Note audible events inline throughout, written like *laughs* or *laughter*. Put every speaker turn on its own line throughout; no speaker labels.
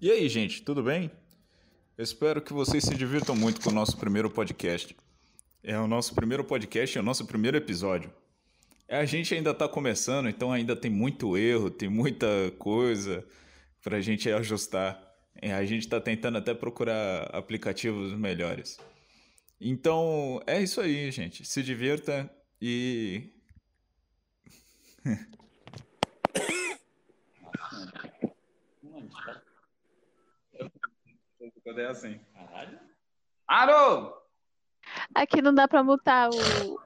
E aí, gente, tudo bem? Eu espero que vocês se divirtam muito com o nosso primeiro podcast. É o nosso primeiro podcast, é o nosso primeiro episódio. A gente ainda está começando, então ainda tem muito erro, tem muita coisa para a gente ajustar. É, A gente está tentando até procurar aplicativos melhores. Então, é isso aí, gente. Se divirta e. Quando é assim.
Alô!
Aqui não dá pra mutar o,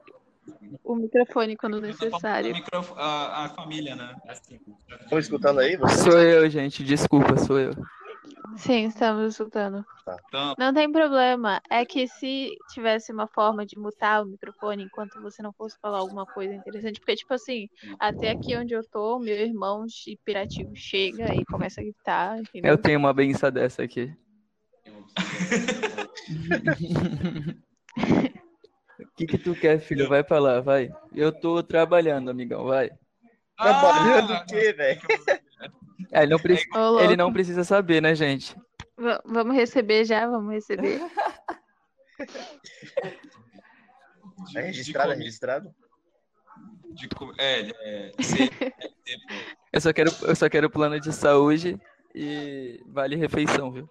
o microfone quando
Tá
necessário.
A, a família, né?
É assim,
Estão escutando aí? Você?
Sou eu, gente. Desculpa, sou eu.
Sim, estamos escutando.
Então,
Não tem problema. É que se tivesse uma forma de mutar o microfone enquanto você não fosse falar alguma coisa interessante, porque, tipo assim, até aqui onde eu tô, meu irmão pirativo chega e começa a gritar. entendeu?
*laughs* Eu tenho uma benção dessa aqui. O que que tu quer, filho? Vai pra lá, vai. Eu tô trabalhando, amigão, vai.
Ah, tá,
*laughs* Trabalhando o quê,
É
velho?
Ah, Ele não, preci-
Ô, louco.
ele não precisa saber, né, gente?
Va- Vamos receber já, vamos receber.
É registrado, é registrado?
de co- é, é, ser- é,
Eu só quero, eu só quero plano de saúde e vale refeição, viu?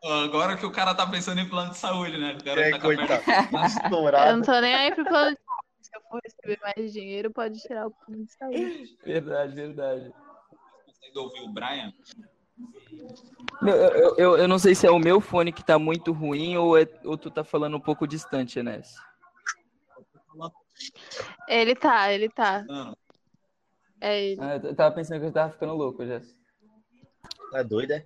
pô, agora que o cara tá pensando em plano de saúde, né? O cara
É,
tá com a perna-
coitado. Tá
Eu
Estourado.
não tô nem aí pro plano de saúde. Se eu for receber mais dinheiro, pode tirar o plano de saúde.
Verdade, verdade.
consegue ouvir o Brian.
Meu, eu, eu- eu, eu não sei se é o meu fone que tá muito ruim ou, é, ou tu tá falando um pouco distante, Enes.
Ele tá, ele tá.
Mano,
É ele.
Ah, eu tava pensando que eu tava ficando louco, já. *laughs*
Tá doido, é?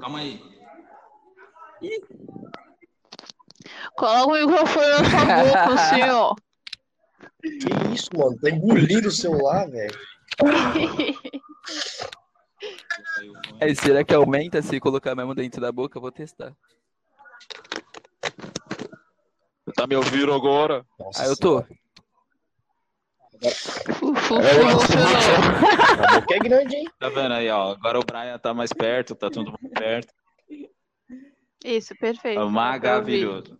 calma aí.
Coloca o microfone na sua
*laughs*
boca, assim,
*laughs*
senhor.
Que isso, mano? Tá engolindo o celular, velho.
É, será que aumenta se colocar mesmo dentro da boca? Eu Vou testar.
Tá me ouvindo agora?
Nossa
Ah, eu tô.
Fu-
É,
fu- Funcionou.
senhora, A boca é grande, hein?
Tá vendo aí, ó? Agora o Brian tá mais perto, tá tudo mais perto.
Isso, perfeito.
Tá maravilhoso.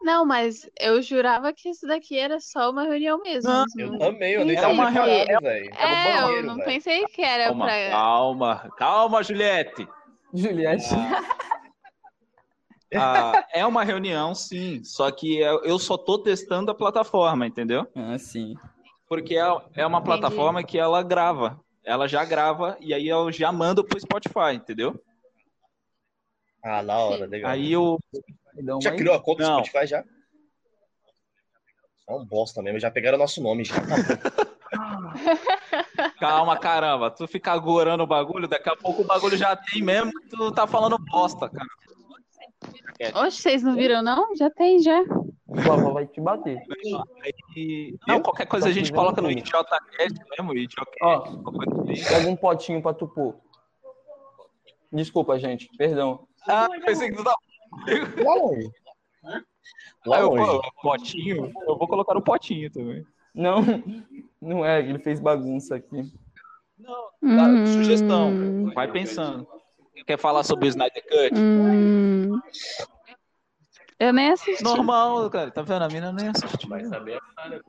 Não, mas eu jurava que isso daqui era só uma reunião mesmo.
Eu
Não-
também, eu nem
É
tava
uma
preparado,
reunião.
velho. Tava
É,
no
eu
banheiro,
não
velho.
pensei que era
Calma,
pra.
calma, calma, Juliette.
Juliette.
*laughs*
Ah, é uma reunião, sim. Só que eu eu só tô testando a plataforma, entendeu?
Ah, sim.
Porque é, é uma
Entendi.
plataforma que ela grava. Ela já grava e aí eu já mando pro Spotify, entendeu?
Ah, na hora, legal.
Aí eu.
Então,
Já
mas-
criou a conta do
Não.
Spotify já? É um bosta mesmo, já pegaram nosso nome já. Tá
Calma, caramba. Tu fica agorando o bagulho, daqui a pouco o bagulho já tem mesmo e tu tá falando bosta, cara.
Oxe, vocês não viram, não? Já tem, já.
Tá,
O Vavá vai te bater.
E- Não, qualquer coisa a gente coloca no Idiotacast mesmo,
Ó.
Idiotacast, qualquer coisa assim.
Pega um potinho pra tu pôr. Desculpa, gente. Perdão.
Ah, pensei que tu tava...
Lá longe. Lá
Ah, eu,
longe.
pô, potinho, eu vou colocar no potinho também.
Não, não é. Ele fez bagunça aqui.
Tá,
Hum,
Sugestão, vai pensando. Quer falar sobre o Snyder Cut?
hum. Eu nem assisti.
Normal, cara, tá vendo? A mina nem assiste. né? Vai saber né?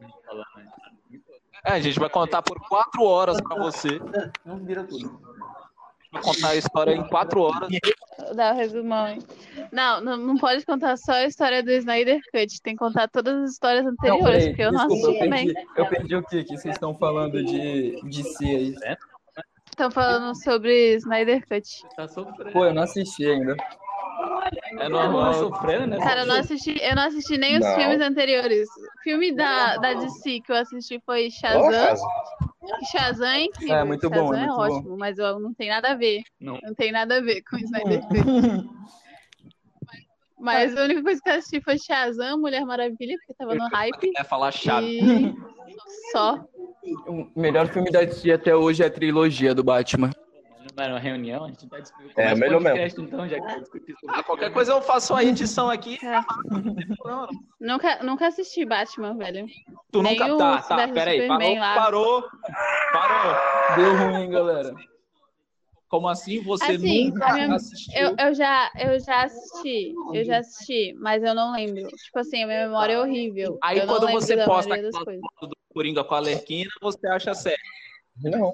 a É, a gente vai contar por quatro horas pra você.
Não vira tudo.
Vai contar a história em quatro horas. É
Dá o resumão, hein? Não, não, não pode contar só a história do Snyder Cut. Tem que contar todas as histórias
Não,
anteriores,
peraí,
porque eu não
desculpa,
assisti
eu
também.
perdi, eu perdi o que que vocês estão falando de, de si aí.
Estão falando sobre Snyder Cut.
Pô, eu não assisti ainda.
É normal. sofrendo, né?
Cara, eu não assisti, eu não assisti nem os
Não.
filmes anteriores. O filme da, da DC que eu assisti foi
Ó,
Shazam.
casa.
que Shazam é incrível.
É, muito bom,
Shazam
é
é
muito
ótimo, mas eu- não tem nada a ver.
Não.
tem nada a ver com Snyder Cut. Mas a única coisa que eu assisti foi Shazam, Mulher Maravilha, porque tava no hype.
É falar chave.
E só.
O melhor filme da DC até hoje é a trilogia do Batman.
vai numa reunião, a gente tá discutindo.
É,
Começa o
melhor
podcast, Então, já que vai discutir sobre
Ah, qualquer coisa eu faço uma edição aqui.
Nunca, nunca assisti Batman, velho.
Tu
Nem
nunca.
o
Tá, tá,
Superman
peraí. Parou,
lá.
parou. Parou.
Deu ruim, galera.
Como assim você
Assim,
nunca
a minha-
assistiu?
Eu, eu, já, eu já assisti, eu já assisti, mas eu não lembro. Tipo assim, a minha memória é horrível.
Aí
Eu não
quando
lembro
você
da
posta
maioria das
aquela
coisas.
foto do Coringa com a Lerquina, você acha sério.
Não.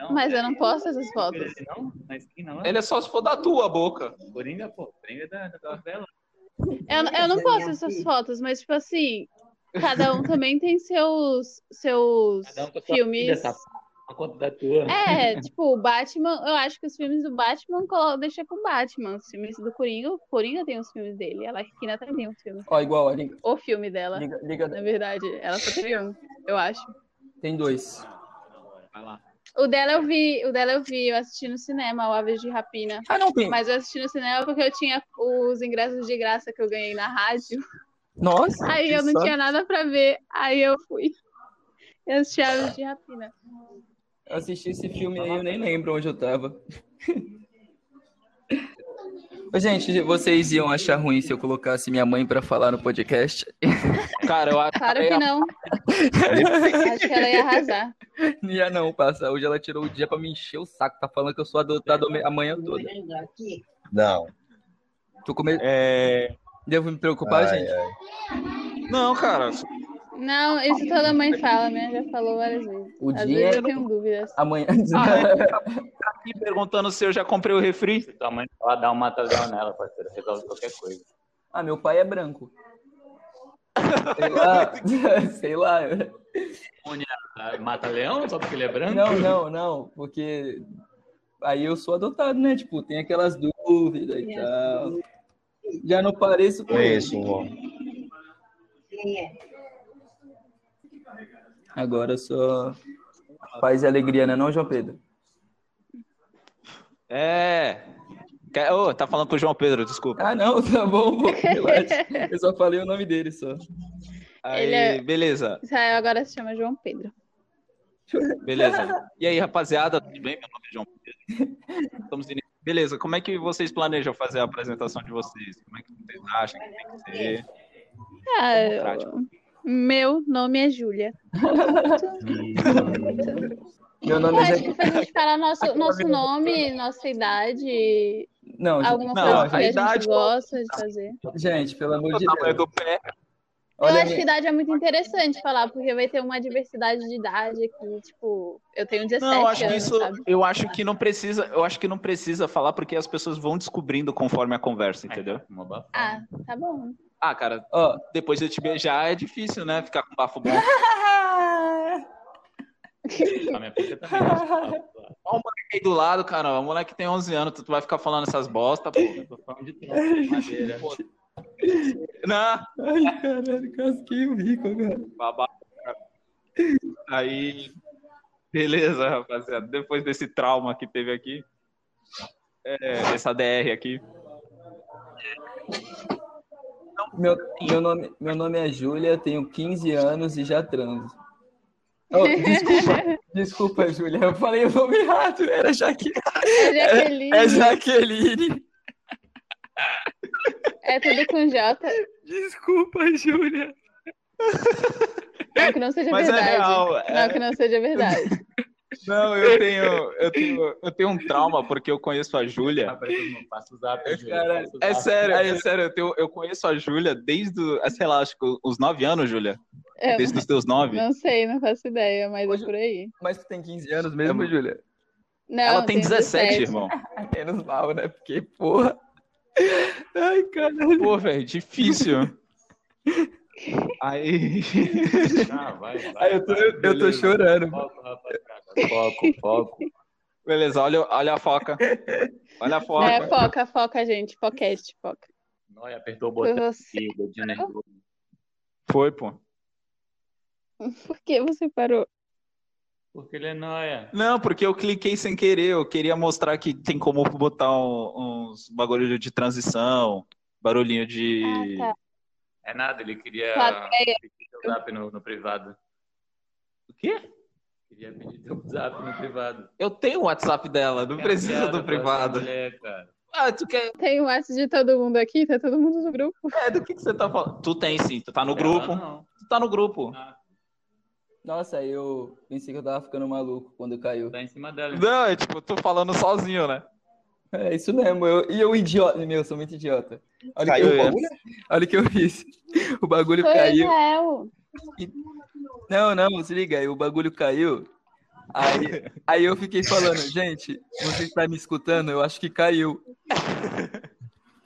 Não,
Mas
é-
eu não posto essas fotos.
Não, na esquina lá.
Ele é só se for da tua boca.
Coringa, pô, Coringa da, da novela.
Eu, eu não posto essas fotos, mas tipo assim, cada um também tem seus, seus
Cada um com a sua
filmes.
vida, tá? A conta da tua.
É, tipo, o Batman, eu acho que os filmes do Batman colo- deixa com o Batman. Os filmes do Coringa, o Coringa tem os filmes dele. A Larquina também tem um filme.
Ó, igual, ó, liga,
O filme dela,
liga, liga-
na verdade. Ela só teve um, eu acho.
Tem dois.
Vai lá.
O dela eu vi, o dela eu vi, eu assisti no cinema, o Aves de Rapina.
Ah, não, tem.
Mas eu assisti no cinema porque eu tinha os ingressos de graça que eu ganhei na rádio. *laughs*
Nossa.
Aí eu não
que
tinha nada pra ver. Aí eu fui. Eu assisti Aves de Rapina.
Eu assisti esse filme aí, eu nem lembro onde eu tava. *laughs* Ô, Gente, vocês iam achar ruim se eu colocasse minha mãe pra falar no podcast? *laughs*
Cara, eu acho
Claro
é
que não. Acho que ela ia arrasar.
Já não, passa. Hoje ela tirou o dia pra me encher o saco. Tá falando que eu sou adotado a manhã toda.
Não.
Tô com medo.
É...
Devo me preocupar,
Ai,
gente?
ai.
Não, cara.
Não, isso toda mãe fala, minha já falou várias vezes.
O
Às
dia-
vezes eu tenho dúvidas.
Amanhã.
Aqui perguntando se eu já comprei o refri.
Se tua mãe falar, dá um matadão nela, parceiro. Resolve qualquer coisa.
*laughs* Ah, meu pai é branco. Sei *laughs* lá. Sei lá.
Ah, Mata leão só porque ele é branco?
Não, não, não. Porque aí eu sou adotado, né? Tipo, tem aquelas dúvidas e tal. Já não pareço com ele.
Conheço, vó.
é.
Agora só paz e alegria, né, não, João Pedro?
É. Quer- Ô, tá falando pro João Pedro, desculpa.
Ah, não, *laughs* tá bom, pô, relaxa. Eu só falei o nome dele só.
Aí,
Ele é-
beleza,
Israel agora se chama João Pedro. *laughs*
beleza. E aí, rapaziada, tudo bem? Meu nome é João Pedro. Estamos iniciando. Beleza, como é que vocês planejam fazer a apresentação de vocês? Como é que vocês acham que tem que ser?
É. Ah,
Democrático.
eu- meu nome é Júlia.
Meu
Eu
nome é.
acho
Zé-
que pra gente falar
*laughs*
nosso, nosso nome, nossa idade,
Não, gente,
alguma
Não,
coisa
a
que a
idade-
gente gosta de fazer.
gente, pelo amor
O
de
tamanho do
Deus.
pé.
eu
Olha,
acho que idade é muito interessante falar, porque vai ter uma diversidade de idade aqui, tipo, eu tenho 17
Não, eu acho que
anos,
isso.
sabe?
Eu acho que não precisa. Eu acho que não precisa falar, porque as pessoas vão descobrindo conforme a
É.
conversa, entendeu?
Uma bafada.
Ah, tá bom.
Ah, cara,
ó,
depois de eu te beijar é difícil, né? Ficar com *laughs* bafo bom.
A minha pica também. né?
Aí do lado, cara, o moleque tem 11 anos, tu vai ficar falando essas bosta, pô.
Eu tô falando de tronco,
*laughs*
madeira.
Não,
Ai, caralho, casquei o bico agora.
babaca. Aí, beleza, rapaziada. Depois desse trauma que teve aqui, é, essa DR aqui.
Meu, meu, nome, meu nome é Júlia, tenho 15 anos e já transo. *laughs* Ó, desculpa, desculpa, Júlia, eu falei o nome errado, era Jaqueline.
É Jaqueline,
É Jaqueline.
é tudo com J,
Desculpa, Júlia.
não que não seja
Mas
verdade.
é real. é-
Não que não seja verdade.
não, eu tenho, eu tenho, eu tenho um trauma porque eu conheço a Júlia.
Rapaz, eu não Passa o zap, Júlia,
Cara,
passa o
É
zap.
sério, é sério. Eu, tenho- eu conheço a Júlia desde, o- sei lá, acho que os 9 anos, Júlia.
É,
Desde os teus 9.
não sei, não faço ideia, mas
Hoje-
é por aí.
Mas tu tem 15 anos mesmo,
É,
Júlia?
Não,
Ela tem
tenho
17,
*laughs*
irmão.
Menos mal, né? Porque, porra. Ai, caralho.
Pô, velho, difícil. *laughs* Aí.
Ah, vai, vai.
Ai, eu tô, eu tô
Beleza.
chorando.
Foco, rapaziada. Foco, foco.
Beleza, olha, olha a foca.
*laughs*
Olha a foca.
É, foca, foca, gente, foquete, foca.
Noia, apertou o
Foi
botão
você.
aqui, dedinho
É.
no jogo.
Foi, pô.
Por que você parou?
Porque ele é noia.
Não, porque eu cliquei sem querer. Eu queria mostrar que tem como botar um- uns bagulho de transição, barulhinho de.
Ah, tá.
É nada, ele queria um
Plateia.
o zap no, no privado.
O quê?
Queria pedir teu WhatsApp no privado.
Eu tenho o WhatsApp dela, não precisa do privado.
Mulher, cara.
Ah, tu quer.
Tem o WhatsApp de todo mundo aqui, tá todo mundo no grupo.
É, do que, que você tá falando? Tu tem sim, tu tá no
Ela
grupo.
não.
Tu tá no grupo.
Ah,
Nossa, eu pensei que eu tava ficando maluco quando caiu.
tá em cima dela.
Não, é tipo, tu falando sozinho, né?
É isso mesmo. eu- E eu, idiota. Meu, eu sou muito idiota. Olha o que
Caiu
eu
o
fiz.
bagulho?
Olha o que eu fiz. O bagulho
Foi o
caiu.
Israel.
Não, não, se liga aí, o bagulho caiu. Aí, aí eu fiquei
*laughs*
falando, gente, você está me escutando? Eu acho que caiu.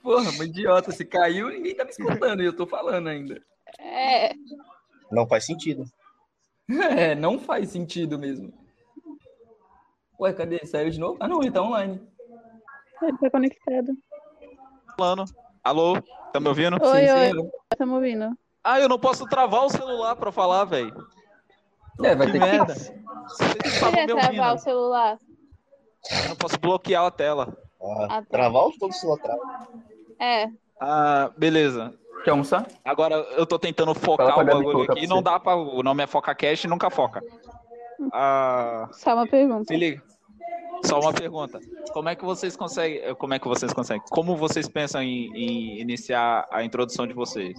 Porra, uma idiota, se caiu, ninguém tá me escutando e eu tô falando ainda. *laughs*
É,
Não faz sentido.
É, não faz sentido mesmo. Ué, cadê? Saiu de novo? Ah, não, ele tá online.
ele tá conectado.
Falando. Alô? Tá me ouvindo?
Oi,
Sim,
oi,
senhor.
estamos ouvindo.
Ah, eu não posso travar o celular pra falar, velho.
É, vai
Que
ter que.
merda. Vocês estavam
Queria
me
travar o
ouvindo.
celular.
Eu não posso bloquear a tela.
Ah,
Ah, tá.
travar o todo celular trava.
É,
Ah, beleza.
Quer almoçar?
Agora eu tô tentando focar
Fala
o
pra Gabi
bagulho
colocar
aqui.
pra
Não
você.
dá pra. O nome é Foca Cash e nunca foca. Ah.
só uma pergunta.
Se liga. Só uma pergunta. Como é que vocês conseguem. Como é que vocês conseguem? Como vocês pensam em, em iniciar a introdução de vocês?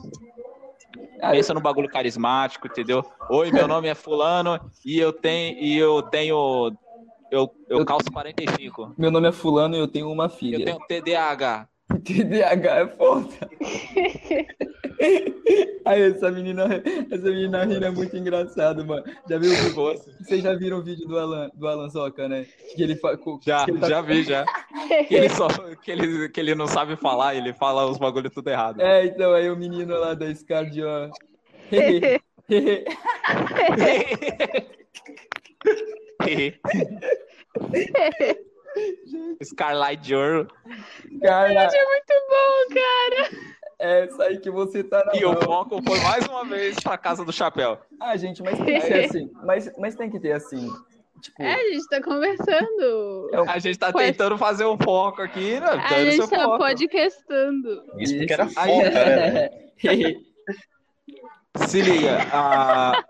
Ah,
Pensa no bagulho carismático, entendeu? Oi, meu nome é fulano e eu tenho. E eu tenho. Eu, eu
Eu-
calço 45.
Meu nome é Fulano e eu tenho uma filha.
Eu tenho TDAH.
TDAH
*laughs*
é foda. Aí essa menina, essa menina rindo é muito engraçado, mano. Já viu? o- Vocês já viram o vídeo do Alan, do Alan Zoca, né? Que ele fa- co-
Já,
que ele tá-
já vi, já. Que ele, só, que, ele, que ele não sabe falar, ele fala os bagulhos tudo errado. *laughs*
É, então aí o menino lá da Scard, ó.
Scarlight Journal.
cara,
é Muito bom, cara.
é essa aí que você tá na
E o
mão.
foco foi mais uma vez pra casa do chapéu.
Ah, gente, mas tem que ser assim. Mas, mas tem que ter assim. Tipo,
É, a gente tá conversando.
É o-
A gente tá
Foi.
tentando fazer um foco aqui, né?
A
Dando
gente
seu
tá
foco.
podcastando.
Isso porque era foca,
Aí-
é.
*laughs*
né? velho?
Se liga. ah,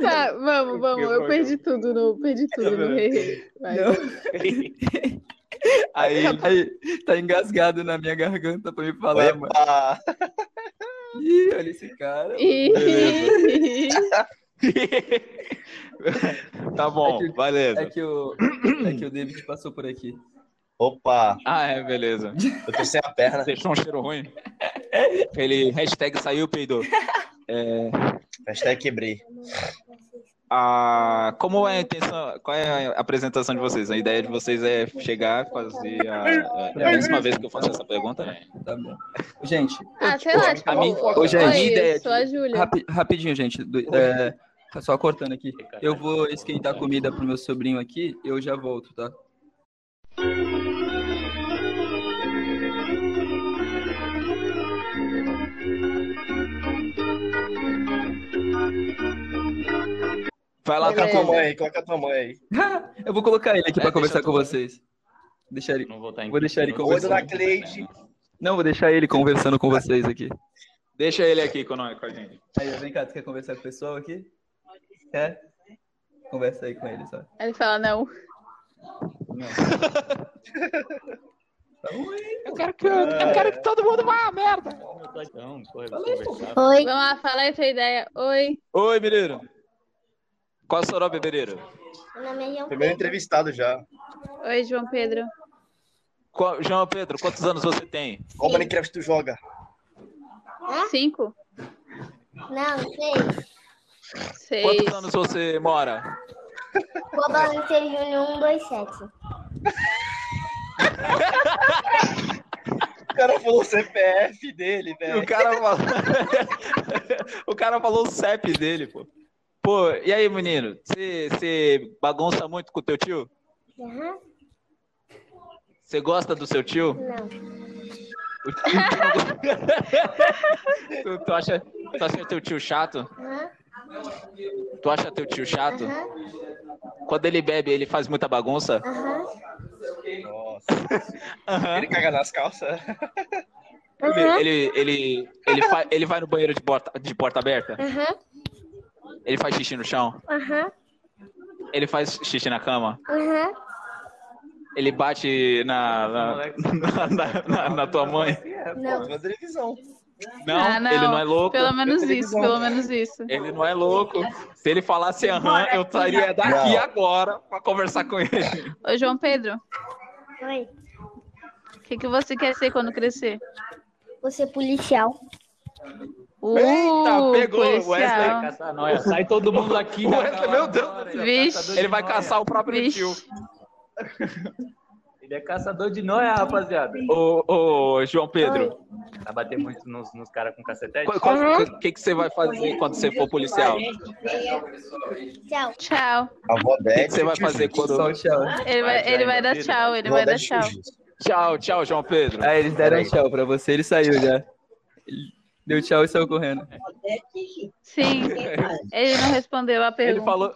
Tá, vamos, vamos. Eu perdi tudo no. Perdi tudo no. Vai.
Não. *laughs*
aí,
aí, tá engasgado na minha garganta pra me falar, mano.
Ah,
Ih, olha esse cara.
E...
tá bom,
É que-
beleza.
É que, o, é que o David passou por aqui.
opa,
Ah, é, beleza.
eu tô sem a perna.
Deixou um cheiro ruim. Ele hashtag saiu, peidou.
Hashtag quebrei.
Ah, como é a intenção? Qual é a apresentação de vocês? A ideia de vocês é chegar, fazer a. É a mesma vez que eu faço essa pergunta, né?
Tá bom. Gente,
Ah, sei lá, tipo,
a mim-
oi,
gente, a minha
ideia
eu sou a Júlia.
rapi- rapidinho, gente. do- é, só cortando aqui. Eu vou esquentar comida pro meu sobrinho aqui. Eu já volto, tá? *laughs*
Vai lá,
Coloca a tua
Cacau.
mãe aí, coloca a tua mãe aí.
Eu vou colocar ele aqui
É,
pra
deixa
conversar
eu
com
tomar.
vocês. Deixar ele.
Não vou estar em
Vou deixar ele
não vou
Oi,
conversando.
estar
dona
em-
Cleide.
Não, vou deixar ele conversando com vocês aqui.
Deixa ele aqui com nós, com a gente.
Aí, ó, vem cá, tu quer conversar com o pessoal aqui? Quer? Conversa aí com ele, só.
Aí Ele fala, não.
Eu quero
Ah,
que, eu quero que todo mundo vá à merda.
Então, porra, vamos conversar.
Oi.
Vamos lá, fala aí a tua ideia. Oi.
Oi, Mineiro. Qual é o seu nome, Mineiro?
Meu nome é João
Primeiro entrevistado já.
Oi, João Pedro.
Qual- João Pedro, quantos anos você tem?
Qual Minecraft tu joga?
Cinco?
Não, sei.
Seis.
Quantos anos você mora?
Bobalante Júnior 127.
O cara falou o CPF dele,
O
velho.
cara falou. *laughs* o cara falou o CEP dele, pô. Pô, e aí, menino? Você- Você bagunça muito com o teu tio?
Aham,
Você gosta do seu tio?
não.
O tio *laughs* não gosta. tu, tu acha, tu acha teu tio chato?
Aham,
Tu acha teu tio chato?
aham,
Quando ele bebe, ele faz muita bagunça?
aham.
Nossa,
Aham.
ele caga nas calças.
Uhum.
Ele, ele, ele, ele, fa- ele vai no banheiro de porta, de porta aberta?
Aham,
Ele faz xixi no chão?
Aham,
Ele faz xixi na cama?
aham.
Ele bate na, na, na, na- na- na tua mãe?
Não.
Na televisão.
Não,
Ah, não.
ele é. não é louco.
Pelo menos isso, pelo menos isso.
Ele não é louco. Se ele falasse aham, eu
né?
estaria daqui
Não.
agora pra conversar com ele.
Ô, João Pedro,
Oi.
o que, que você quer ser quando crescer?
Você é policial.
Uh, é.
pegou,
policial.
Wesley,
Vai caçar nóia. Sai todo mundo aqui.
Ué,
vai pra lá,
meu Deus do
nóia,
Vixe.
caçador de
é
Ele vai
nóia.
caçar o próprio
Vixe.
tio.
Ele é caçador de nóia, rapaziada.
Ô, ô, João Pedro,
Tá
Vai bater muito nos, nos caras com cacetete?
o
Uhum.
que, que você vai fazer quando você for policial? O que,
Tchau.
Tchau.
A avó
que
Dete.
você vai fazer
Só
quando...
o tchau.
Ele vai,
Vai,
ele
vai,
vai dar
Pedro.
tchau, ele vai dar tchau.
Tchau, tchau, João Pedro.
Ah, eles deram
Peraí.
tchau pra você, ele saiu já. Ele Deu tchau e saiu correndo.
Sim, ele não respondeu a
Ele
pergunta.
falou...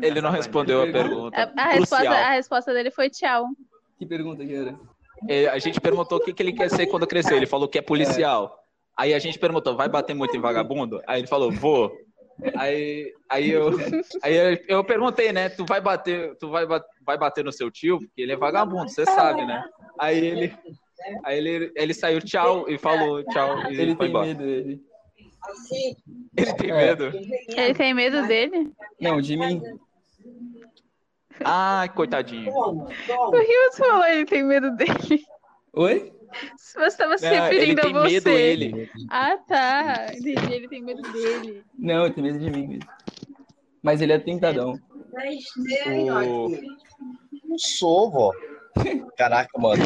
Ele não respondeu a pergunta.
A, a resposta,
Crucial.
a resposta dele foi tchau.
Que pergunta que era?
É, A gente perguntou o que, que ele quer ser quando crescer. Ele falou que é policial. Aí a gente perguntou, vai bater muito em vagabundo? Aí ele falou, vou. Aí, aí, eu, aí eu, eu perguntei, né? Tu vai bater, tu vai, ba- vai bater no seu tio, porque ele é vagabundo, você sabe, né? Aí ele, aí ele, ele saiu tchau e falou tchau e
Ele
foi
tem
embora.
medo, ele.
Ele tem
É.
medo.
Ele tem medo dele?
Não, de mim.
Ai, coitadinho.
O Rios falou ele tem medo dele.
Oi?
Você estava se
Não, É, ele
referindo
tem
a você.
medo, ele.
Ah, tá. Entendi, ele tem medo dele.
Não, ele tem medo de mim mesmo. Mas ele é tentadão.
O-
Não
*laughs*
sou, vó. Caraca, mano.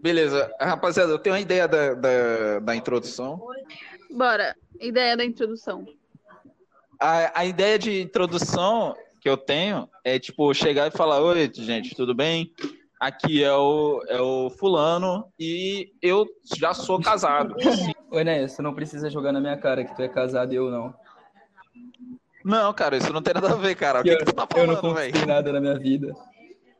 Beleza, rapaziada, eu tenho uma ideia da, da, da introdução.
Bora, ideia da introdução.
a, a ideia de introdução que eu tenho é tipo chegar e falar: Oi, gente, tudo bem? Aqui é o, é o Fulano e eu já sou casado. *laughs*
Oi, Néia, você não precisa jogar na minha cara que tu é casado e eu não.
Não, cara, isso não tem nada a ver, cara. O que, que tu tá
eu não
falando,
conquistei
velho?
nada na minha vida.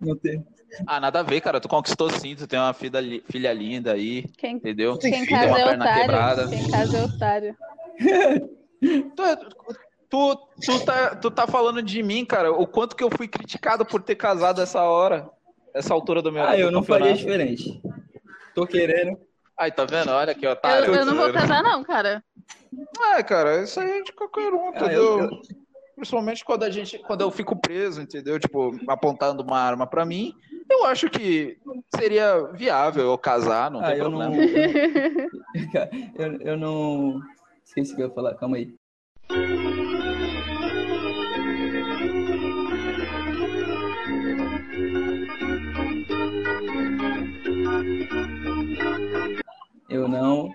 Não tem.
Ah, nada a ver, cara. Tu conquistou sim, tu tem uma filha, li- filha linda aí,
Quem,
entendeu?
Tem
quem
filho,
casa
uma
é
perna
otário.
quebrada.
Quem casa é otário.
Tu, tu, tu, tá, tu tá falando de mim, cara. O quanto que eu fui criticado por ter casado essa hora, essa altura do meu
Ah, eu
do
não faria
campeonato.
diferente. Tô querendo.
Ai, tá vendo? Olha que otário.
Eu, eu não vou casar, não, cara.
É, cara, isso aí é de qualquer um,
Ah,
entendeu?
eu-
Principalmente quando a gente, quando eu fico preso, entendeu? Tipo, apontando uma arma pra mim, eu acho que seria viável eu casar, não
ah,
tem
eu
problema.
não. *laughs* eu, eu não. Esqueci o que eu ia falar, calma aí. Eu não.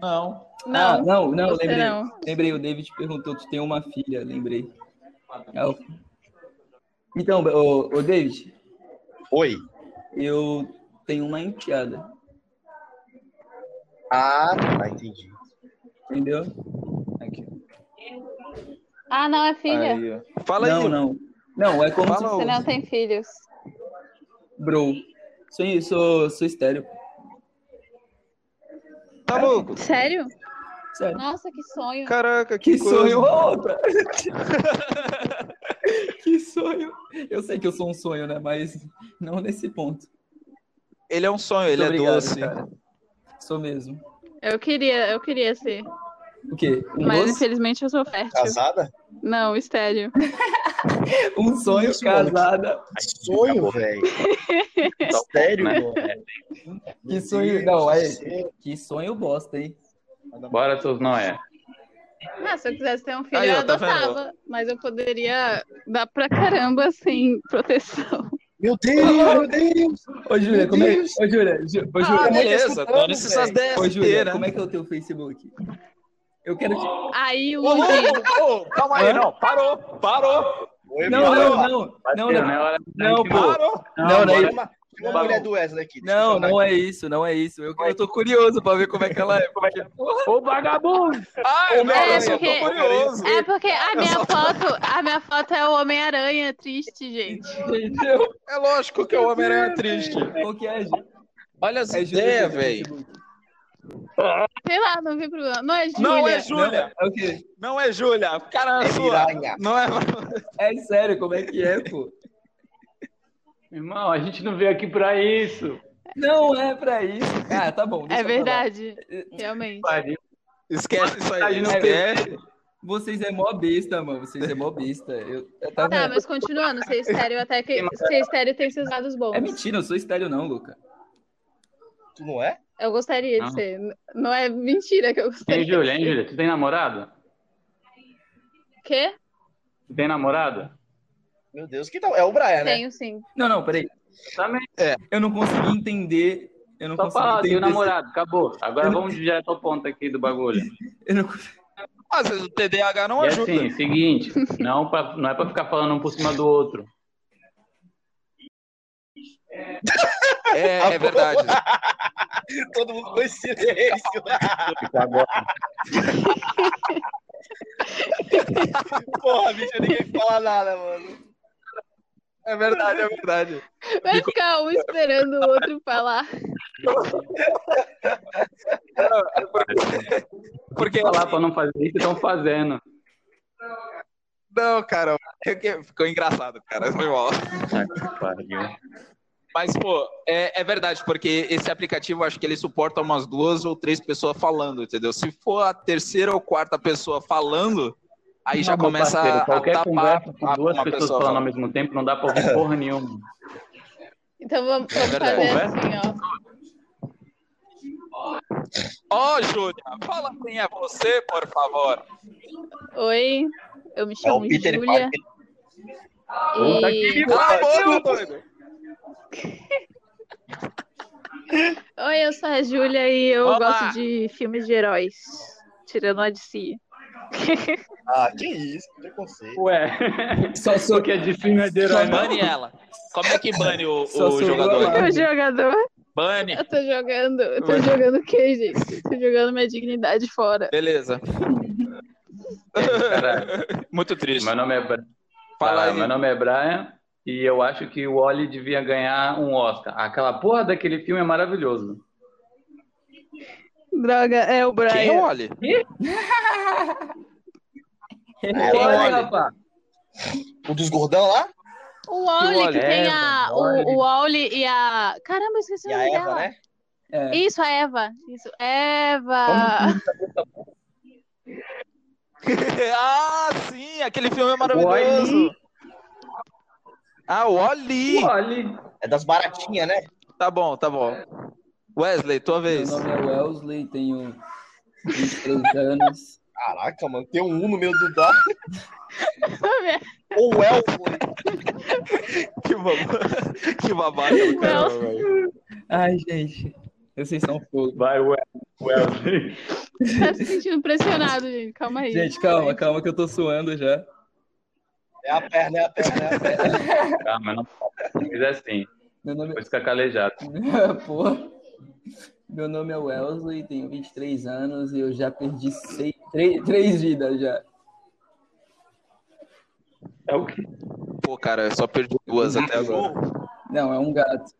Não.
Ah,
Não,
não, não,
você
lembrei.
não.
Lembrei, o David perguntou, tu tem uma filha, lembrei. Ah, eu- Então, o, David,
Oi.
eu tenho uma enteada,
Ah, tá, entendi.
entendeu?
Ah, não, é filha.
Aí, ó. Fala
não,
aí.
não. Não, é como
Fala,
se...
Você não tem filhos.
Bro, sou, sou, sou estéreo.
Tá louco?
Sério?
Sério.
Nossa, que sonho.
Caraca, que,
Que
coisa. *laughs*
sonho, outra! que sonho! Eu sei que eu sou um sonho, né? Mas não nesse ponto.
Ele é um sonho, ele
Obrigado,
é doce.
cara. Sou mesmo.
Eu queria, eu queria ser.
O quê? Um,
Mas
doce?
infelizmente eu sou fértil.
Casada?
Não, estéreo.
um sonho
Isso, mano.
casada.
Sonho, velho. um Sério, mano.
Que sonho. Não, aí. Que sonho bosta, hein?
Bora, seus nóia.
Ah, se eu quisesse ter um filho,
Aí,
eu
ó, tá
adotava. mas eu poderia dar pra caramba sem proteção.
Meu Deus, meu Deus.
Ô, Júlia,
Meu
como é.
Deus.
Ô, Júlia, Jú- ô, Júlia.
Ah,
é
mãe tá
beleza,
escutando,
dane essas
velho.
Ô,
DST,
Júlia,
né?
como é que é o teu Facebook? Eu quero te.
Aí,
Ô,
Ludi,
louco, ô, calma aí,
Hã?
não. Parou, parou,
Oi,
Não,
mano.
não, não. Não,
Deu,
não.
né? Hora-
Não, pô.
parou.
Não, não é
Chama-
isso.
Chama
Não.
a mulher do Wesley aqui. deixa eu
Não,
chamar
não
aqui.
é isso, não é isso. Eu, eu tô curioso pra ver como é que ela é. Como é que é.
Ô, vagabundo!
Ai,
Ô,
não,
é,
eu
porque-
tô curioso.
É porque a minha foto, a minha foto é o Homem-Aranha triste, gente.
Entendeu?
É lógico que o Homem-Aranha é triste.
Qual que é, gente?
Olha as
É Júlia
ideias,
que tem
velho.
Facebook.
Sei lá, não vi problema. Não é Júlia.
Não é Júlia!
É o quê?
Não é Júlia! Cara, é sua!
Piranha.
Não é.
É sério, como é que é, pô?
Irmão, a gente não veio aqui pra isso.
Não é pra isso. Ah, tá bom. deixa
É
eu falar.
verdade, realmente.
Pariu.
Esquece isso aí. É,
Aí não
Esquece.
Vocês é mó besta, mano. Vocês é mó besta. Eu, eu tava...
Tá, mas continuando, ser estéreo até que. Ser estéreo tem seus lados bons.
É mentira, eu sou estéreo não, Luca.
Tu não é?
Eu gostaria
Não.
de ser. N- Não é mentira que eu
Hein,
gostaria.
Júlia, hein, Júlia? Tu tem namorado?
Quê?
Tu tem namorado?
Meu Deus, que tal? É o Brian, né?
Tenho sim.
Não, não, peraí.
Também.
Eu não consegui entender. Eu não
Só
consegui
falar, tem
entender.
um namorado, acabou. Agora
Eu não-
vamos direto ao ponto aqui do bagulho.
Eu não consegui-
Às vezes o TDAH não
e
ajuda.
assim, seguinte, não, pra- não é pra ficar falando um por cima do outro.
É, é verdade.
Todo mundo com esse silêncio. Porra, bicho, ninguém fala nada, mano.
*laughs* É verdade, é verdade.
Vai ficar um esperando o outro falar.
Porque
Falar pra não fazer isso, estão fazendo.
Não, cara, é que ficou engraçado, cara. Foi mal. Mas, pô, é, é verdade, porque esse aplicativo, acho que ele suporta umas duas ou três pessoas falando, entendeu? Se for a terceira ou quarta pessoa falando, aí já
Não, meu
começa
parceiro,
a
Qualquer
tapar
conversa com
a-
duas
uma
pessoas
pessoa
falando ao
falando.
mesmo tempo, não dá pra ouvir *laughs* porra nenhuma.
Então vamos,
É
vamos
verdade.
fazer assim, ó.
Ó, Júlia, fala quem é você, por favor.
Oi, eu me
É o
chamo
Peter
Júlia.
Parker.
E...
Cala a boca, doido.
Oi, eu sou a Júlia e eu
Olá.
gosto de filmes de heróis. Tirando a de si.
Ah, que isso, que preconceito.
Ué,
Só sou...
só que é de filme é de
Só
herói, não?
bane ela. Como é que bane o, o
Só sou eu
jogador?
lá.
O jogador.
Bane.
Eu tô jogando. Eu tô jogando o quê, gente? Tô jogando minha dignidade fora.
Beleza.
Caralho.
Muito triste.
Meu nome é Brian.
Fala aí.
Meu nome é Brian e eu acho que o Oli devia ganhar um Oscar. Aquela porra daquele filme é maravilhoso.
Droga, é o
Quem
Brian.
olha?
Quem olha?
é, rapaz.
O dos gordão lá?
O Wally que
Wally,
tem
Eva,
a. O, o Wally e a. Caramba, eu esqueci o
E a
nome
Eva,
dela.
né?
É.
Isso, a Eva. Isso, *laughs* Eva.
*laughs* ah, sim, aquele filme é
Wall-E.
maravilhoso. Ah, o Oli.
O Oli.
É das baratinhas, né?
Tá bom, tá bom. Wesley, tua
Meu
vez.
nome é Wellesley, tenho 23 anos.
Caraca, mano, tem um U no meio do
*laughs*
da. Ou é Elfo.
Que babado. *laughs* que babado. do caramba, velho.
Ai, gente. Vocês são fogo.
Vai, o Wesley.
tá se sentindo pressionado, gente. Calma aí.
Gente, calma, calma que eu tô suando já.
É a perna, é a perna, é a perna.
Calma, não. Ah, Mas é assim,
Meu nome é,
vou ficar calejado.
*laughs* Porra. Meu nome é Wellesley, tenho 23 anos e eu já perdi seis, três, três vidas já.
É o que?
Pô, cara, eu só perdi duas até agora.
Não, é um gato.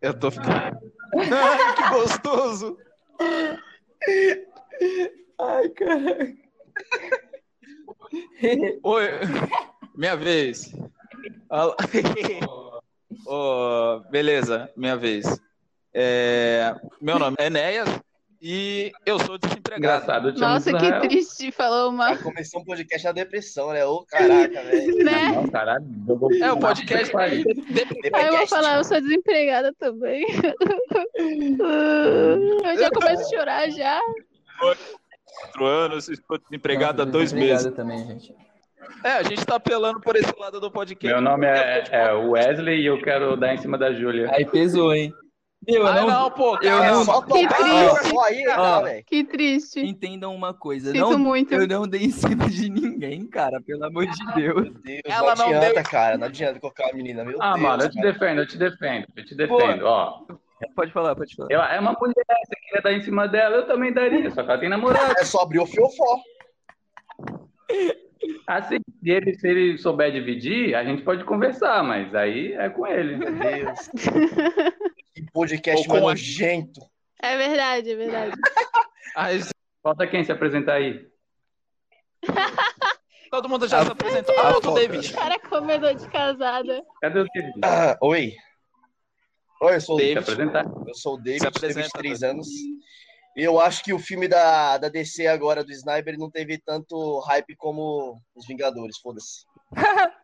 Eu tô ficando. *laughs* Ai, que gostoso.
Ai, caraca.
Oi. Minha vez. Alô. Ô, beleza, minha vez. É, meu nome é Enéas e eu sou desempregado.
Engraçado. eu tinha
Nossa,
muito
que
Israel.
triste. Falou uma.
Já começou um podcast na depressão, né? Ô, caraca, velho.
Né?
Não, caralho. jogou-
É o podcast.
Aí
é
eu vou falar, eu sou desempregada também. *laughs* eu já começo a chorar já.
quatro anos, estou desempregado há
Nossa,
dois meses.
desempregado também, gente.
É, a gente tá apelando por esse lado do podcast.
Meu nome é, é Wesley e eu quero dar em cima da Júlia.
Aí pesou, hein? Meu,
Ah,
não,
não, pô, cara,
eu não-
né? Só
Que
tomar
triste.
só aí,
Ó.
né, velho?
Que triste.
entendam uma coisa.
Sinto
não,
muito.
Eu não dei em cima de ninguém, cara, pelo amor de Deus.
Meu Deus,
Ela
não
não
adianta,
deu-
cara. Não adianta colocar a menina, meu
Ah,
Deus.
mano, eu te
cara.
defendo, eu te defendo, eu te defendo. Ó,
Pode falar, pode falar. *laughs*
ela é uma mulher, você queria dar em cima dela, eu também daria, só que ela tem namorado.
É só abrir o fiofó.
Assim, se ele, se ele souber dividir, a gente pode conversar, mas aí é com ele.
Meu Deus. Que podcast
Ou com
mais
a-
nojento.
É verdade, é verdade.
Aí,
Falta quem se apresentar aí?
todo mundo já se apresentou. Ah, o David.
Cara, comedor de casada.
Cadê o David?
Ah, oi. Oi, eu sou o
Se
David.
apresentar.
Eu sou o David,
Se
tenho
apresenta,
23 anos. E eu acho que o filme da, da DC agora, do Sniper, não teve tanto hype como Os Vingadores, foda-se.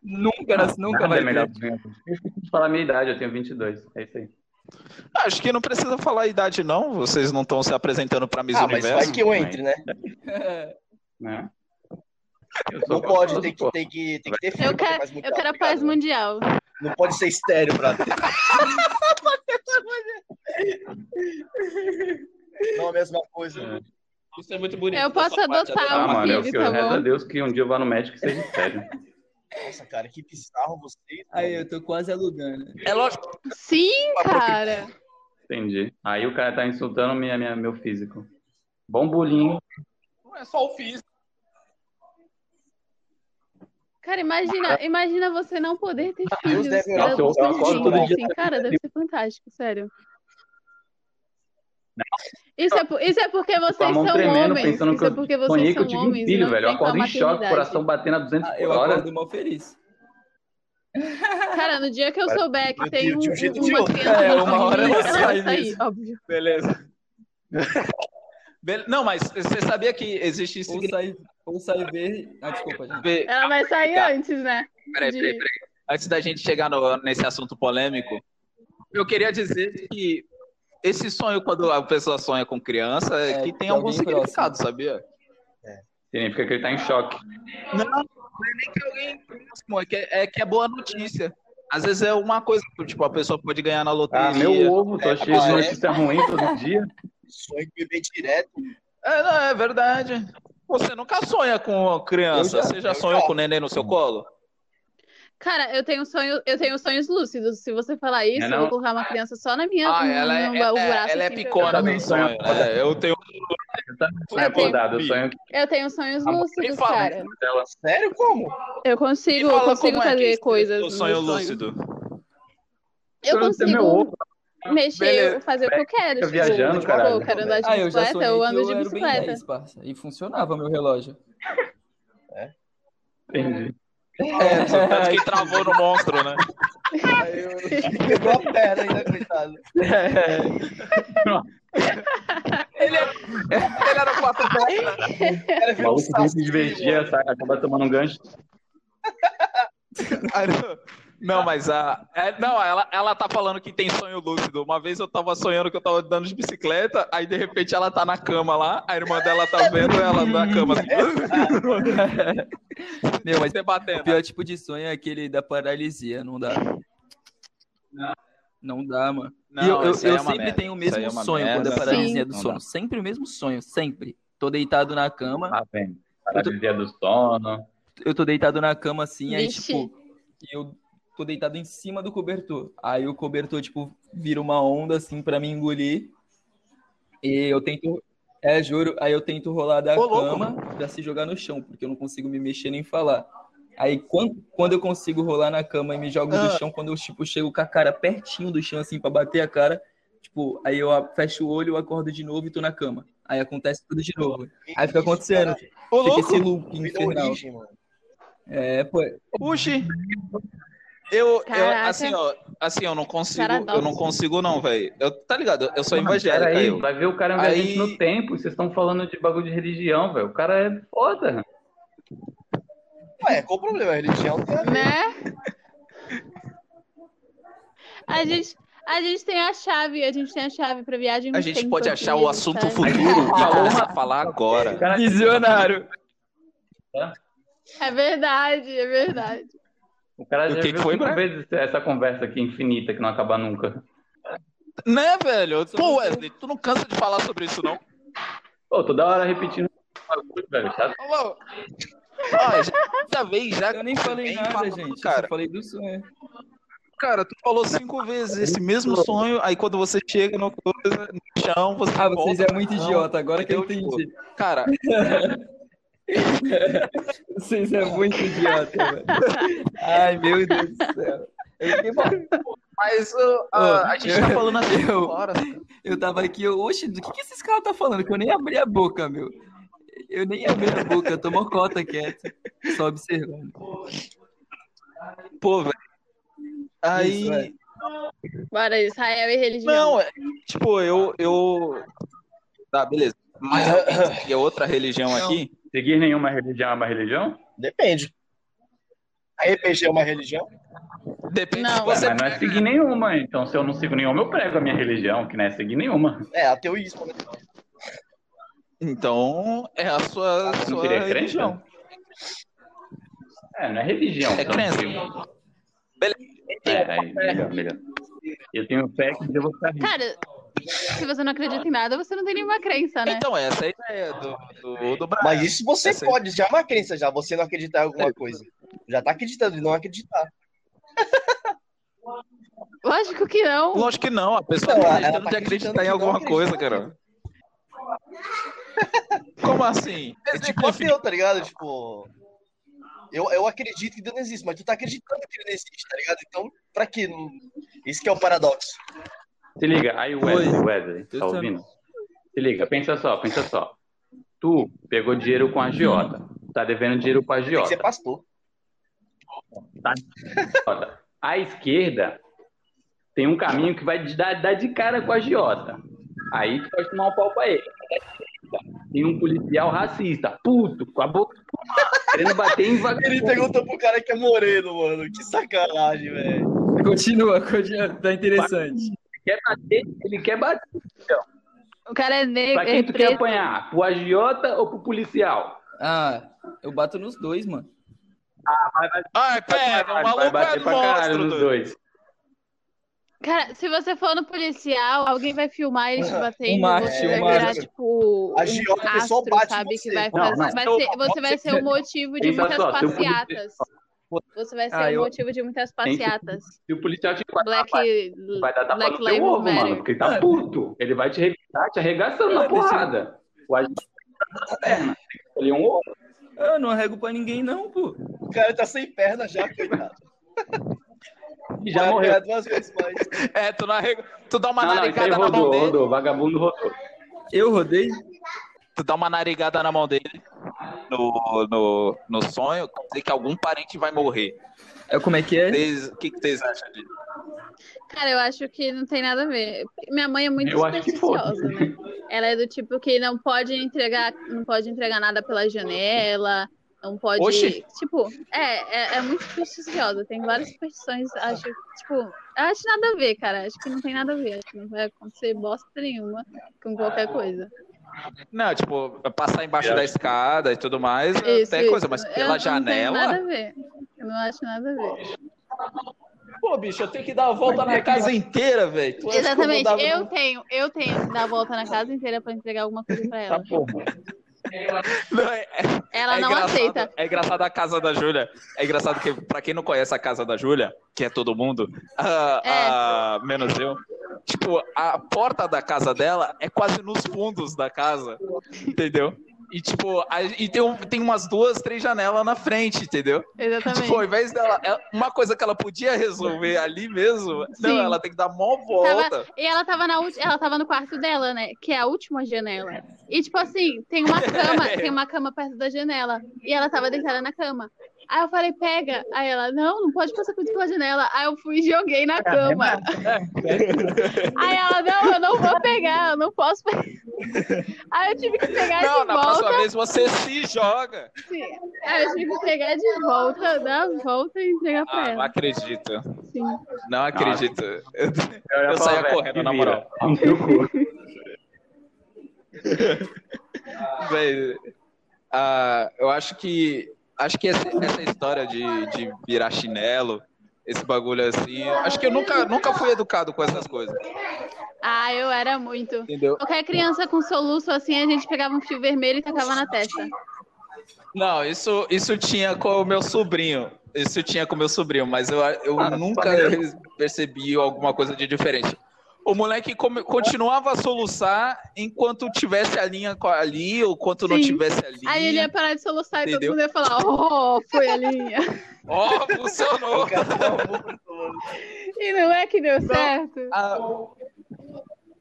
Nunca, nas- nunca
Nada
vai
é melhor.
ter.
Deixa falar a minha idade, eu tenho 22. É isso aí.
Acho que não precisa falar a idade, não. Vocês não estão se apresentando pra Miss
Ah, mas
Universo.
vai que eu entre, né?
Né? Eu
Não
sou
pode,
gostoso,
tem que,
pô.
tem que, tem que ter filme
Eu
pra ter
quero,
paz mundial,
eu quero a
tá
paz
ligado?
né?
mundial.
Não pode ser estéreo, brother. Não é a mesma coisa.
Isso é muito bonito.
Eu posso adotar
Ah,
um
mano, eu,
filho,
eu
tá
rezo a
bom?
Deus que um dia eu vá no médico e seja sério.
Nossa, cara, que bizarro vocês.
*laughs* Aí, eu tô quase alugando.
É lógico.
Sim, cara.
Entendi. Aí o cara tá insultando minha, minha, meu físico. Bom bullying.
Não é só o físico.
Cara, imagina, imagina você não poder ter filhos.
deve-
cara,
Nossa, é eu-
dos
eu
seus
acordo
filhos,
todo dia.
assim, cara, deve ser fantástico, sério. Isso é, por- isso é porque vocês
Com a
são
mão tremendo,
homens.
pensando
isso
que
é porque
eu sonhei
vocês
que
são
eu tive um
homens. e
filho,
não
velho. Eu
tem com a
acordo em choque,
maternidade.
coração batendo a 200
Ah,
por
eu
hora.
acordo mal feliz.
Cara, no dia que eu souber que
Meu
tem
Deus,
um,
de um jeito
um-
de
uma
outro.
criança
É,
no
uma hora
caminho,
ela sai
eu vou sair,
disso.
óbvio.
Beleza. *laughs* Bele- Não, mas você sabia que existe
Ou sai, ou sai ver. Ah, desculpa, gente.
significado.
Ela vai sair
Tá.
antes, né?
Peraí,
de-
peraí, peraí. Antes da gente chegar no- nesse assunto polêmico, eu queria dizer que esse sonho, quando a pessoa sonha com criança, é
É,
que
que
tem algum
alguém
significado, sabia?
Significa que ele tá em choque.
Não, não é nem que alguém próximo, é que é, é que é boa notícia. Às vezes é uma coisa, tipo, a pessoa pode ganhar na loteria.
Ah, meu ovo, tô
É,
cheio de
parece.
notícia ruim todo dia.
Sonho de bebê direto.
É, não, é verdade. Você nunca sonha com criança,
Eu já-
você já Hum.
eu
sonhou
já.
com o neném no seu colo?
Cara, eu tenho um sonho, eu tenho sonhos lúcidos. Se você falar isso,
É,
eu
não?
vou colocar uma criança só na minha.
Ah,
no-
ela é,
no-
é-
o
ela
braço,
é
assim, pra eu-
picona
também
no sonho.
sonho.
É, eu tenho
Eu também sonho
Eu tenho-
acordado, eu sonho que
Eu tenho sonhos
Ah,
lúcidos,
fala,
cara.
ela
Sério, como?
Eu consigo, eu consigo
é
fazer coisas.
O
no
sonho
meu
lúcido.
Eu
Sonho de ter meu ovo.
consigo mexer,
Beleza.
fazer o que eu quero.
Fica
Tipo,
viajando,
pô,
caralho.
eu quero andar de
Ah, eu já
bicicleta,
sonhei
eu
que
ando de
era o Ben
bicicleta.
10, parça. E funcionava
*laughs*
meu relógio.
entendi.
É, *laughs*
Tanto que travou no monstro, né?
*laughs* Quebrou a perna ainda, coitado.
Ele era quatro *laughs* pernas.
Era virar
O
um
maluco vem se
saci,
divertir, sai, acaba tomando um gancho.
Ah, não. Não, mas a. é, não, ela, ela tá falando que tem sonho lúcido. Uma vez eu tava sonhando que eu tava andando de bicicleta, aí de repente ela tá na cama lá, a irmã dela tá vendo ela na cama assim. *laughs*
Meu, mas
você
o
batendo.
pior tipo de sonho é aquele da paralisia. Não dá. Não dá, mano. E eu, eu,
isso aí
eu
é uma
sempre
merda.
tenho o
Isso
mesmo
aí é uma
sonho
merda.
quando é paralisia do
Não
sono.
dá.
Sempre o mesmo sonho, sempre. Tô deitado na cama,
Ah, vem. Paralisia do sono.
eu tô deitado na cama assim, aí
Vixe.
tipo, eu tô deitado em cima do cobertor. Aí o cobertor, tipo, vira uma onda assim pra me engolir. E eu tento. É, juro, aí eu tento rolar da
Ô, louco.
cama pra se jogar no chão, porque eu não consigo me mexer nem falar. Aí quando, quando eu consigo rolar na cama e me jogo
Ah.
no chão, quando eu tipo, chego com a cara pertinho do chão, assim, pra bater a cara, tipo, aí eu a- fecho o olho, eu acordo de novo e tô na cama. Aí acontece tudo de novo.
Que
Aí fica
isso,
acontecendo.
cara?
Ô,
Fica
louco!
esse loop
Vida
infernal.
origem, mano.
É, pô,
Puxe! Eu, eu,
Caraca.
assim, ó, assim, eu não consigo, eu não
Paradoxo.
consigo, não, velho. Eu- Tá ligado? Eu sou
Pera
evangélico.
aí,
eu.
vai ver o cara é um viajante
Aí-
no tempo. Vocês estão falando de bagulho de religião, velho. O cara é foda.
Ué, qual o problema? A religião tem a ver.
Né? A gente, a gente tem a chave, a gente tem a chave pra viagem. no
A gente
tempo
pode
aqui,
achar o assunto
sabe?
futuro e começar a falar agora.
O cara
Visionário.
É verdade, é verdade.
O cara
O
já
que
viu
que foi,
cinco
Brian?
vezes essa conversa aqui infinita que não acaba nunca.
Né, velho? Pô, Wesley, tu não cansa de falar sobre isso, não?
Pô, toda hora repetindo o bagulho, velho. Tá
Ô, ô. Ó, já, já vem, já.
Eu nem falei
vem
nada,
falando,
gente. Eu só
Cara,
falei do sonho.
cara, tu falou cinco vezes esse mesmo sonho, aí quando você chega no, coisa, no chão, você
Ah,
volta.
vocês é muito
Não,
idiota, agora que eu
entendeu?
tipo?
entendi.
Cara,
*laughs*
Vocês é muito idiota, velho. Ai, meu Deus do céu. Eu fiquei mal.
Mas uh, a- a gente tá falando assim
eu-
agora.
Eu tava aqui, eu, oxe, do que, que esses caras tá falando? Que eu nem abri a boca, meu. Eu nem abri a boca, eu tô mocota quieto, só observando.
Pô, velho. Aí.
Isso, é.
Bora, Israel e religião.
Não, é, tipo, eu, eu. Tá, beleza. Mas é outra religião aqui.
Seguir nenhuma religião é uma religião?
*coughs* Depende. A RPG é uma religião?
Depende
Não.
se você.
Mas não é seguir nenhuma. Então, se eu não sigo nenhuma, eu prego a minha religião, que não é seguir nenhuma.
É, ateísmo, né?
Então, é a sua,
Não
sua
seria crença?
religião.
É, não é religião.
É
então,
crença.
eu-
É,
É, é melhor, melhor. Eu tenho fé que Deus está rico.
Cara, se você não acredita em nada, você não tem nenhuma crença, né?
Então, essa é a ideia do, do, do Brian.
Mas isso você
Essa aí. É.
pode, já é uma crença, já. Você não acreditar em alguma coisa. Já tá acreditando e não acreditar.
Lógico que não.
Lógico que não, a pessoa
Não,
tá
ela
tentando
tá
de acreditar em
acreditando que não
alguma coisa, cara. Como assim?
É tipo ateu, tá ligado? Tipo. Eu, eu acredito que Deus não existe, mas tu tá acreditando que ele não existe, tá ligado? Então, pra que? Isso que é o paradoxo.
Se liga, aí Wesley, Wesley,
Eu
tá
também.
ouvindo? Se liga, pensa só, pensa só. Tu pegou dinheiro com a agiota, tá devendo dinheiro com a
Tem que ser
agiota.
pastor.
À esquerda tem um caminho que vai te dar, dar de cara com a agiota. Aí tu pode tomar um pau pra ele. Tem um policial racista, puto, com a boca querendo
*laughs*
bater em
Ele
tá-
vagabundo.
perguntou pro cara que é moreno, mano. Que sacanagem, velho.
Continua, continua, tá interessante.
Quer bater, ele quer bater.
O cara é negro,
Pra quem
é
tu quer
preto.
apanhar? Pro agiota ou pro policial?
Ah, eu bato nos dois, mano.
Ai, pera, o
vai
maluco é
bater pra caralho
monstro.
nos
doido.
dois.
Cara, se você for no policial, alguém vai filmar eles te batendo.
Marte,
você
um
vai
Marte.
virar, tipo,
A Giota
um
só
astro,
bate em
sabe?
você.
Que vai
Não,
fazer,
não.
vai ser, você vai ser o motivo de
Pensa
muitas
só, um se eu pudesse-
passeatas. Você vai ser
Ah,
o
eu-
motivo de muitas passeatas.
Se o policial te
Black,
Ah, Vai dar tapa
Black
no teu
Lives
ovo,
Matter.
mano, porque ele tá puto. Ele vai te revirar, te arregaçando na porrada. O agente tá na perna. Ele é um ovo.
Ah, eu não arrego pra ninguém, não, pô.
O cara tá sem perna já, coitado.
E já
Vai
morreu.
apanhar duas vezes mais.
É, tu, não arrega... tu dá uma
Não, não, isso aí
narigada na mão
rodou,
dele.
rodou. Vagabundo rodou.
Eu rodei?
Tu dá uma narigada na mão dele no, no, no sonho, quer dizer que algum parente vai morrer.
É, como é que é?
Vocês- O que que vocês acham disso?
Cara, eu acho que não tem nada a ver. Minha mãe é muito
Eu acho que
supersticiosa, né? Ela é do tipo que não pode entregar, não pode entregar nada pela janela, não pode.
Oxi.
Tipo, é, é, é muito supersticiosa. Tem várias superstições, acho, tipo, eu acho nada a ver, cara. Acho que não tem nada a ver. Acho que não vai acontecer bosta nenhuma com qualquer coisa.
Não, tipo, passar embaixo da escada e tudo mais,
Isso,
até coisa,
isso.
mas
Eu
pela
Não tem nada
janela.
a ver. Eu não acho nada a ver.
Pô, bicho, eu tenho que dar a volta na casa inteira, velho. Tu acha que eu vou
Exatamente.
dar-
Eu tenho, eu tenho que dar a volta na casa inteira pra entregar alguma coisa
Tá.
pra ela.
Não, é- é-
Ela
é
não
engraçado-
aceita.
É engraçado a casa da Júlia. É engraçado que, pra quem não conhece a casa da Júlia, que é todo mundo, a- a-
É.
menos eu, tipo, a porta da casa dela é quase nos fundos da casa, entendeu? E, tipo, a- e tem, um- tem umas duas, três janelas na frente, entendeu?
Exatamente.
Tipo, ao invés dela, ela- uma coisa que ela podia resolver ali mesmo, não,
Sim.
ela tem que dar mó
Tava-
volta.
e ela tava, na, ulti- ela tava no quarto dela, né? Que é a última janela. E, tipo assim, tem uma
*laughs*
cama, tem uma cama perto da janela. E ela tava deitada na cama. Aí eu falei, pega. Aí ela, não, não pode passar coisa pela janela. Aí eu fui e joguei
É,
na cama. *laughs* Aí ela, não, eu não vou pegar, eu não posso pegar. *laughs* Aí eu tive que pegar
Não,
de
na
volta. É.
próxima vez você se joga.
Aí eu tive que pegar de volta, dar a volta e entregar pra
Ah, não
ela. assim.
acredito.
Sim.
Não acredito. Eu,
Ah. Eu, ia
eu
falar,
saía
velho,
correndo,
se
na
vira.
moral.
No teu cu.
*laughs* Véi, ah, eu acho que acho que essa, essa história de, de virar chinelo, esse bagulho assim, eu acho que eu nunca, nunca fui educado com essas coisas,
Ah, eu era muito.
entendeu?
Qualquer criança com soluço assim, a gente pegava um fio vermelho e tacava na testa.
Não, isso, isso tinha com o meu sobrinho. Isso tinha com o meu sobrinho, mas eu, eu
Ah,
nunca
tá
percebi alguma coisa de diferente. O moleque come- continuava a soluçar enquanto tivesse a linha co- ali ou enquanto não
Sim.
tivesse a linha.
Aí ele ia parar de soluçar e
Entendeu?
todo mundo ia falar, oh, foi a linha.
Ó, funcionou!
O cara tá maluco, mano.
*laughs* E não é que deu certo.
Ah,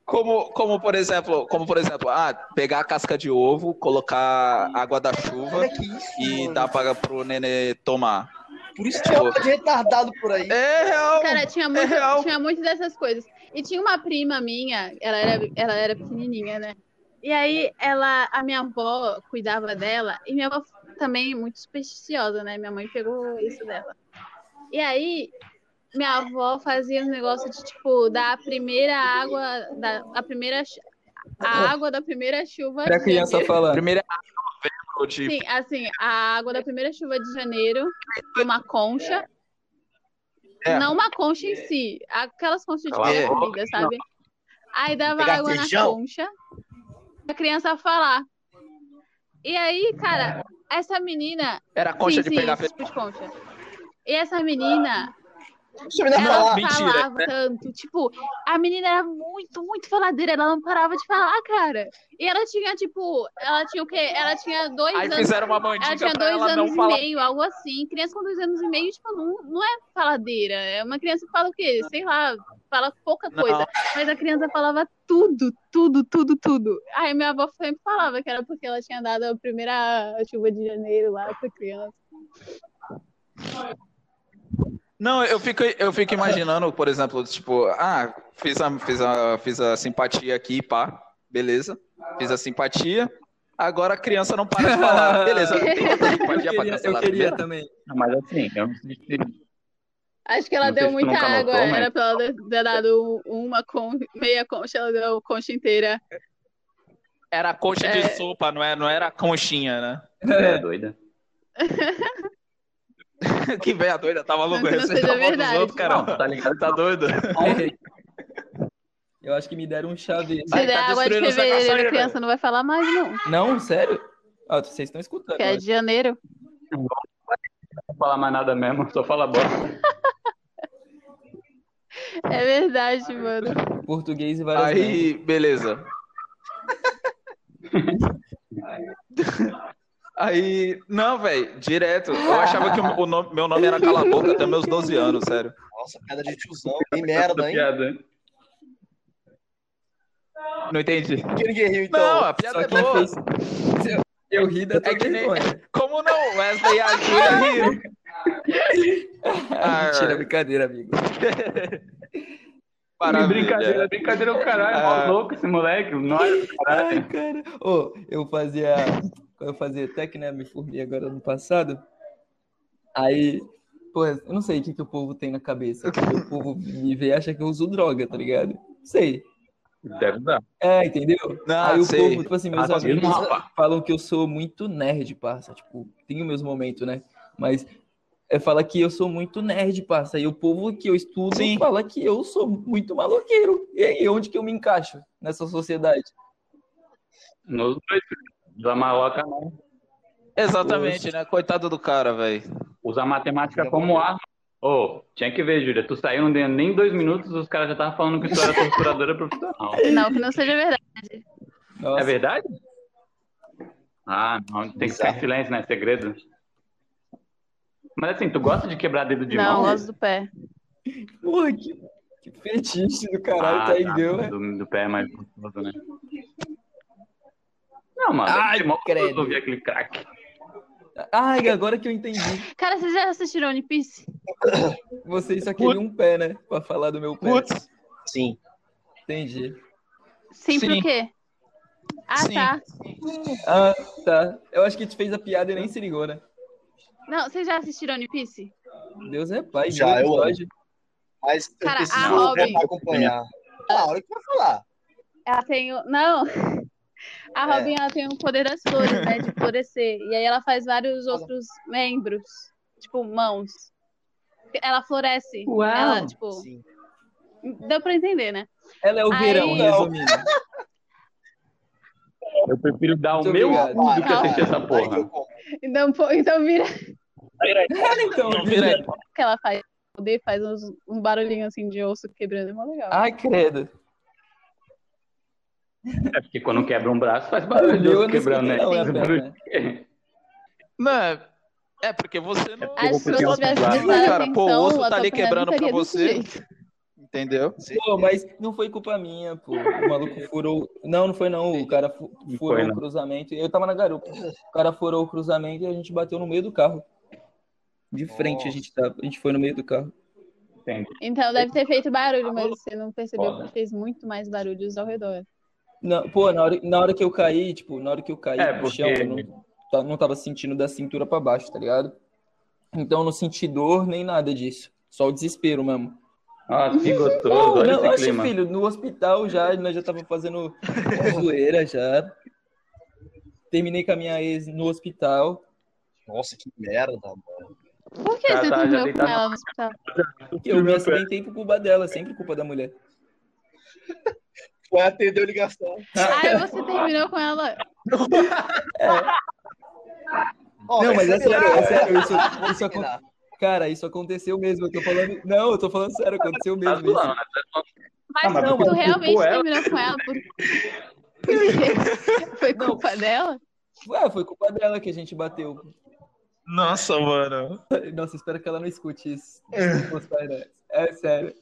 como, como, por exemplo, como por exemplo, ah, pegar a casca de ovo, colocar água da chuva
Olha que isso,
e
mano.
dar para pro nenê tomar.
Por isso que é uma de retardado por aí.
É real.
Cara, tinha muito,
real.
tinha muito dessas coisas. E tinha uma prima minha, ela era, ela era pequenininha, né? E aí ela, a minha avó cuidava dela, e minha avó também muito supersticiosa, né? Minha mãe pegou isso dela. E aí minha avó fazia um negócio de tipo dar a primeira água da a primeira chu- a água da primeira chuva
Pra criança falando.
Primeira novembro de
Sim, assim, a água da primeira chuva de janeiro, uma concha.
É.
Não uma concha em si, aquelas conchas de
Cala a
pegar
boca,
comida, sabe? Aí dava
Pegar
água
feijão.
na concha pra criança falar. E aí, cara, essa menina.
era a concha
sim,
de
sim,
pegar
esse tipo de concha. E essa menina,
Deixa eu me dar pra
ela
lá.
Mentira,
falava tanto. Tipo, a menina era muito, muito faladeira. Ela não parava de falar, cara. E ela tinha, tipo, ela tinha o quê? Ela tinha dois
Aí
anos.
fizeram uma
Ela
mandinga
Ah, tinha
Tipo, pra
dois
ela não
anos e
falar.
meio, algo assim. Criança com dois anos e meio, tipo, não, não é faladeira. É uma criança que fala o quê? Sei lá, fala pouca
Não.
coisa. Mas a criança falava tudo, tudo, tudo, tudo. Aí minha avó sempre falava que era porque ela tinha dado a primeira chuva de janeiro lá pra criança.
Não, eu fico, eu fico imaginando, por exemplo, tipo, ah, fiz a, fiz a, fiz a simpatia aqui, pá, beleza. Fiz a simpatia. Agora a criança não para de *laughs* falar. Beleza, tem outra
Eu
simpatia pra
queria, eu
cancelar a
queria
primeira?
também.
Não, Mas assim, eu não sei se-
Acho que ela
Não sei
deu
se tu
muita
nunca
água.
notou, mas-
Era pra ela ter dado um, uma con... meia concha, ela deu concha inteira.
Era a concha
É.
de sopa, não, é, não era a conchinha, né? *laughs*
é doida.
que velha doida, tá maluco?
Não que não
Você *laughs*
seja
tá falando dos
verdade.
outros,
É,
Não,
cara.
tá ligado?
Tá doido?
Ai, *laughs* Eu acho que me deram um chaveiro.
Se
Ai,
der
tá
água de
destruindo essa caçanha,
fevereiro,
velho.
a criança não vai falar mais, não.
Não, sério?
Ah,
Ó, vocês estão escutando.
Que é
eu
de janeiro.
Não falar mais nada mesmo, só fala bosta.
É verdade, mano.
acho. Português e várias línguas.
Aí, beleza. Aí, não, velho, direto. Eu achava que o, o nome- meu nome era Cala a Boca até meus 12 anos, sério.
Nossa, piada de tiozão. Que merda, hein?
Piada, hein?
Não entendi.
Por que ninguém riu, então?
Não, a piada
Só
é
quem
boa.
fez. Eu- Eu ri da tua
É que nem-
vergonha.
Como não? Wesley e a Júlia riram.
*laughs* Ah, Mentira,
Ah.
brincadeira, amigo.
Que
Maravilha.
Brincadeira, brincadeira é o caralho,
Ah.
mó louco esse moleque. Nossa, caralho.
É.
Ai, cara. Ô, eu fazia. Quando eu fazia tech, né? Me formei agora ano passado. Aí. Pô, eu não sei o que, que o povo tem na cabeça. porque O povo me vê e acha que eu uso droga, tá ligado? Não sei.
Deve dar.
É, entendeu?
Ah,
Aí o
sei.
povo, tipo assim, meus
Ah,
amigos
mesmo, rapaz.
falam que eu sou muito nerd, parça. Tipo, tenho meus momentos, né? Mas é, fala que eu sou muito nerd, parça. E o povo que eu estudo
Sim.
fala que eu sou muito maloqueiro. E aí, onde que eu me encaixo nessa sociedade?
Nos dois. Usa maloca, não.
Exatamente, né? Coitado do cara, velho.
Usa matemática como arma. Ô, tinha que ver, Júlia. Tu saiu, não deu nem dois minutos, os caras já estavam falando que tu era torturadora profissional.
Não, que não seja verdade.
Nossa,
É verdade? Ah, não, tem que ficar em silêncio, né? Segredo. Mas assim, tu gosta de quebrar dedo de
não,
mão?
gosto do pé.
porra, que, que fetiche do caralho,
Ah,
tá aí,
tá.
deu, né?
do, do pé é mais gostoso, né? Não, mano. Ai,
credo.
credo. ouvir aquele crack.
Ai, agora que eu entendi.
Cara, vocês já assistiram One Piece?
Vocês só queriam um pé, né? Pra falar do meu pé.
Putz.
Sim.
Entendi.
Sim, por
Sim.
quê? Ah,
Sim.
tá.
Ah, tá. Eu acho que te fez a piada e nem se ligou, né?
Não, vocês já assistiram One Piece?
Deus é pai.
Já,
dois
eu amo.
episódios.
Mas eu
Cara,
preciso
a Robin-
pra acompanhar. Ah, olha o que vai falar.
Ela tem o... Não. A
É.
Robin, ela tem o poder das flores, né? De florescer. E aí ela faz vários outros membros. Tipo, mãos. Ela floresce.
Uau.
Ela, tipo...
Sim.
Deu pra entender, né?
Ela é o
Aí-
verão, resumindo.
Eu prefiro dar
Muito
o meu
obrigado.
cu do que
Não.
assistir essa
Aí que
porra.
eu compro.
Então, pô, então vira *laughs* o
Ela então,
Peraí.
que ela faz. O poder faz uns- um barulhinho assim de osso quebrando. É mó legal.
Ah,
Ai, credo.
É porque quando quebra um braço faz
O
barulho de
meu eu
osso
não
quebrando, né?
escutei, não, é a
Faz *laughs* barulho
perna.
de quê?
Não, é- é porque você não.
Acho que se
Eu vou
você
pegar
tivesse
um celular.
prestado
Cara, pô, o
atenção,
osso
a
então,
tá ali
tua perna
quebrando pra
estaria desse
você.
jeito.
Entendeu?
Pô, mas não foi culpa minha, pô. O
*laughs*
maluco furou. Não, não foi não. O cara fu-
Não
furou
foi,
o
não.
cruzamento. Eu tava na garupa. O cara furou o cruzamento e a gente bateu no meio do carro. De frente a gente tava. A gente foi no meio do carro.
Então deve ter feito barulho, mas você não percebeu
Foda.
que fez muito mais barulhos ao redor.
Não, pô, na hora, na hora que eu caí, tipo, na hora que eu caí
É,
no
porque-
chão, eu não, tá- não tava sentindo da cintura pra baixo, tá ligado? Então eu não senti dor nem nada disso. Só o desespero mesmo.
Ah, que
Não,
gostoso. Olha
não,
esse
oxe,
clima.
filho, no hospital já, nós já tava fazendo
*laughs*
zoeira já. Terminei com a minha ex no hospital.
Nossa, que merda, mano.
Por que
Tá,
você
tá, já
dormiu com
deitaram.
ela no hospital?
Eu me acidentei por culpa dela, sempre culpa da mulher.
Foi atender a ligação.
Ah, você terminou com ela.
Ó,
não, mas é
sei lá,
sério, é sério, isso,
vou
isso
É
acon-
terminar.
Cara, isso aconteceu mesmo. Eu tô falando. Não, eu tô falando sério, aconteceu
Tá
mesmo.
zoando,
Isso.
né?
Mas,
Ah, mas
tu
tu
culpou
realmente
ela?
terminou com ela
*laughs*
por... porque foi culpa dela?
Ué, foi culpa dela que a gente bateu.
Nossa, mano.
Nossa, espero que ela não escute isso. Desculpa os pais dela. É sério.